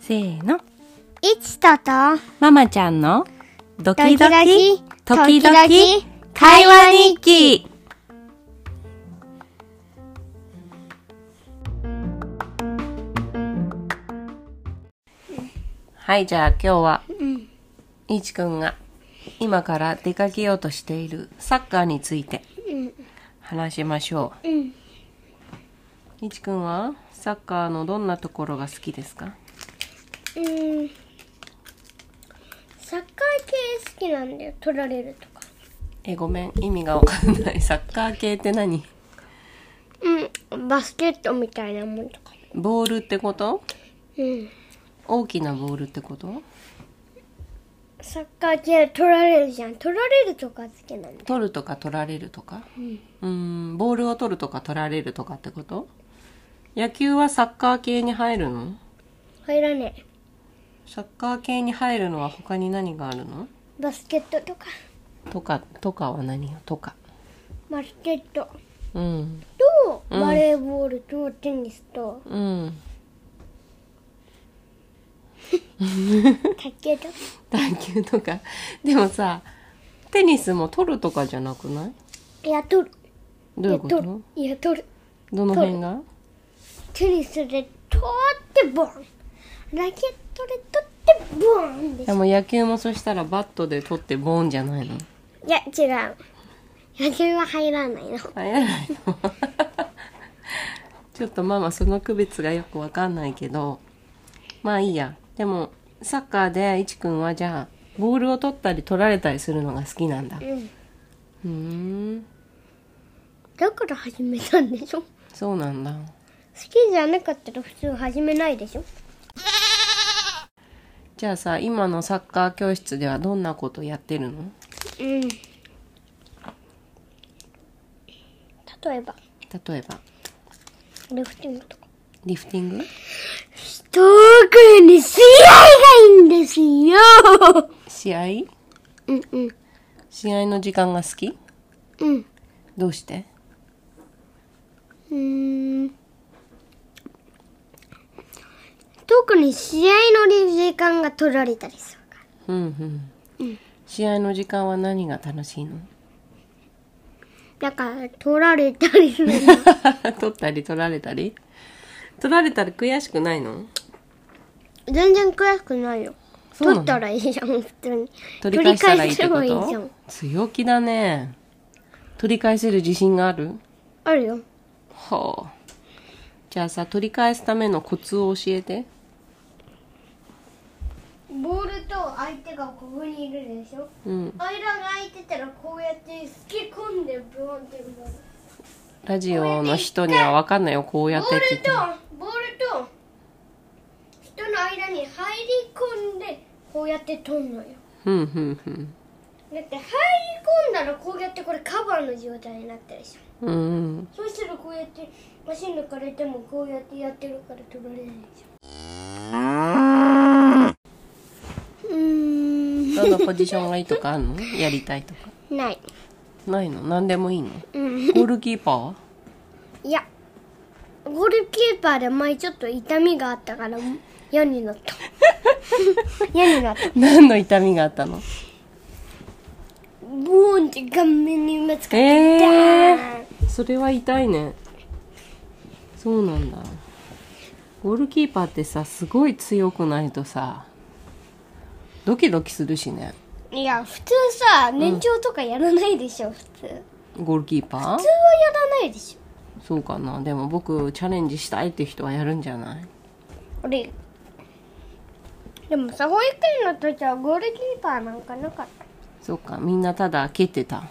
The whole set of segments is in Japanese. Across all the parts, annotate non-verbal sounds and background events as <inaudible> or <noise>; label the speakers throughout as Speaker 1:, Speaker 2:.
Speaker 1: せーの。
Speaker 2: いちとと、
Speaker 1: ママちゃんのドキド
Speaker 2: ド
Speaker 1: キ、時
Speaker 2: キドキ
Speaker 1: 々、会話日記。はい、じゃあ今日は、いちくんが今から出かけようとしているサッカーについて話しましょう。
Speaker 2: うん
Speaker 1: いちくんはサッカーのどんなところが好きですか
Speaker 2: うん、サッカー系好きなんだよ、取られるとか。
Speaker 1: え、ごめん、意味がわかんない。サッカー系って何
Speaker 2: うん、バスケットみたいなもんとか。
Speaker 1: ボールってこと
Speaker 2: うん、
Speaker 1: 大きなボールってこと
Speaker 2: サッカー系取られるじゃん。取られるとか好きなんだ。
Speaker 1: 取るとか取られるとかうーんボールを取るとか取られるとかってこと野球はサッカー系に入るの
Speaker 2: 入らねえ。
Speaker 1: サッカー系に入るのは他に何があるの
Speaker 2: バスケットとか。
Speaker 1: とかとかは何よとか
Speaker 2: バスケット
Speaker 1: うん
Speaker 2: と、バレーボールと、テニスと、
Speaker 1: うん
Speaker 2: 卓球とか。
Speaker 1: 卓球とかでもさテニスも取るとかじゃなくない
Speaker 2: いや、取る。
Speaker 1: どういうこ
Speaker 2: や、
Speaker 1: と
Speaker 2: 取る。いや、取る。
Speaker 1: どの辺が
Speaker 2: テニスで取ってボンラケットで取ってボンでし
Speaker 1: で
Speaker 2: ょ
Speaker 1: も野球もそしたらバットで取ってボーンじゃないの
Speaker 2: いや違う野球は入らないの
Speaker 1: 流行らないの <laughs> ちょっとママその区別がよくわかんないけどまあいいやでもサッカーでいちくんはじゃあボールを取ったり取られたりするのが好きなんだ
Speaker 2: うん
Speaker 1: ふーん
Speaker 2: だから始めたんでしょ好
Speaker 1: そうなんだ
Speaker 2: きじゃなかったら普通始めないでしょ
Speaker 1: じゃあさ今のサッカー教室ではどんなことやってるの
Speaker 2: うん例えば
Speaker 1: 例えば
Speaker 2: リフティングとか
Speaker 1: リフティング
Speaker 2: 遠くに試合がいいんですよ
Speaker 1: 試合
Speaker 2: うんうん
Speaker 1: 試合の時間が好き
Speaker 2: うん
Speaker 1: どうして
Speaker 2: うーん特に試合の時間が取られたりするから
Speaker 1: うんうん試合の時間は何が楽しいの
Speaker 2: だから取られたりするの
Speaker 1: <laughs> 取ったり取られたり取られたら悔しくないの
Speaker 2: 全然悔しくないよ
Speaker 1: そうな
Speaker 2: 取
Speaker 1: の
Speaker 2: ったらいいじゃん普通に
Speaker 1: 取り返したらいいってこ
Speaker 2: 取り返せばいいじゃ
Speaker 1: と
Speaker 2: ん
Speaker 1: 強気だね取り返せる自信がある
Speaker 2: あるよ
Speaker 1: はあじゃあさ取り返すためのコツを教えて
Speaker 2: ボールと相手がここにいるでしょ
Speaker 1: うん
Speaker 2: 間が空いてたらこうやってすき込んでブーンってボール
Speaker 1: ラジオの人には分かんないよこうやってって言っても
Speaker 2: ボールと人の間に入り込んでこうやって取るのよ
Speaker 1: うんうん
Speaker 2: だって入り込んだらこうやってこれカバーの状態になってるでしょ
Speaker 1: うんうん
Speaker 2: そうしたらこうやってマシン抜かれてもこうやってやってるから取られないでしょうーん
Speaker 1: どのポジションがいいとかあるのやりたいとか
Speaker 2: ない
Speaker 1: ないの何でもいいの
Speaker 2: うん
Speaker 1: ゴールキーパー <laughs> はい
Speaker 2: やゴールキーパーで前ちょっと痛みがあったから嫌になった嫌になった
Speaker 1: 何の痛みがあったの
Speaker 2: ボーンって顔面にぶつかって
Speaker 1: ええー
Speaker 2: ダーン
Speaker 1: それは痛いねそうなんだゴールキーパーってさすごい強くないとさドキドキするしね
Speaker 2: いや普通さ年長とかやらないでしょ、普通普通は
Speaker 1: ゴールキーパー
Speaker 2: やらないでしょ
Speaker 1: そうかなでも僕チャレンジしたいって人はやるんじゃない
Speaker 2: 俺でもさ保育園の時はゴールキーパーなんかなかっ
Speaker 1: そうかみんなただ蹴ってた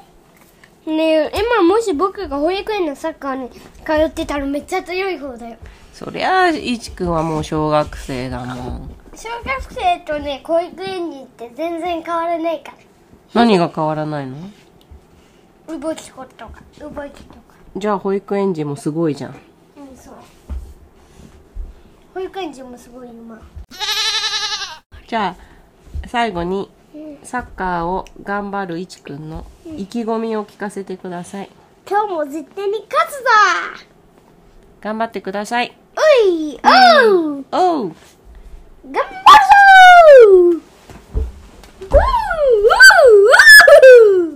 Speaker 2: たねえ今もし僕が保育園のサッカーに通ってたらめっちゃ強い方だよ
Speaker 1: そりゃあいちくんはもう小学生だもん
Speaker 2: 小学生とね保育園に行って全然変わらないか
Speaker 1: 何が変わらないの
Speaker 2: ら動きことか動きとか
Speaker 1: じゃあ保育園児もすごいじゃん
Speaker 2: うんそう保育園児もすごいうまい
Speaker 1: じゃあ最後にサッカーを頑張るいちくんの意気込みを聞かせてください
Speaker 2: 今日も絶対に勝つぞ
Speaker 1: 頑張ってください
Speaker 2: おいおう
Speaker 1: おう
Speaker 2: 頑張るぞーうううう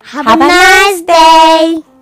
Speaker 2: ハ
Speaker 1: Have a nice
Speaker 2: day!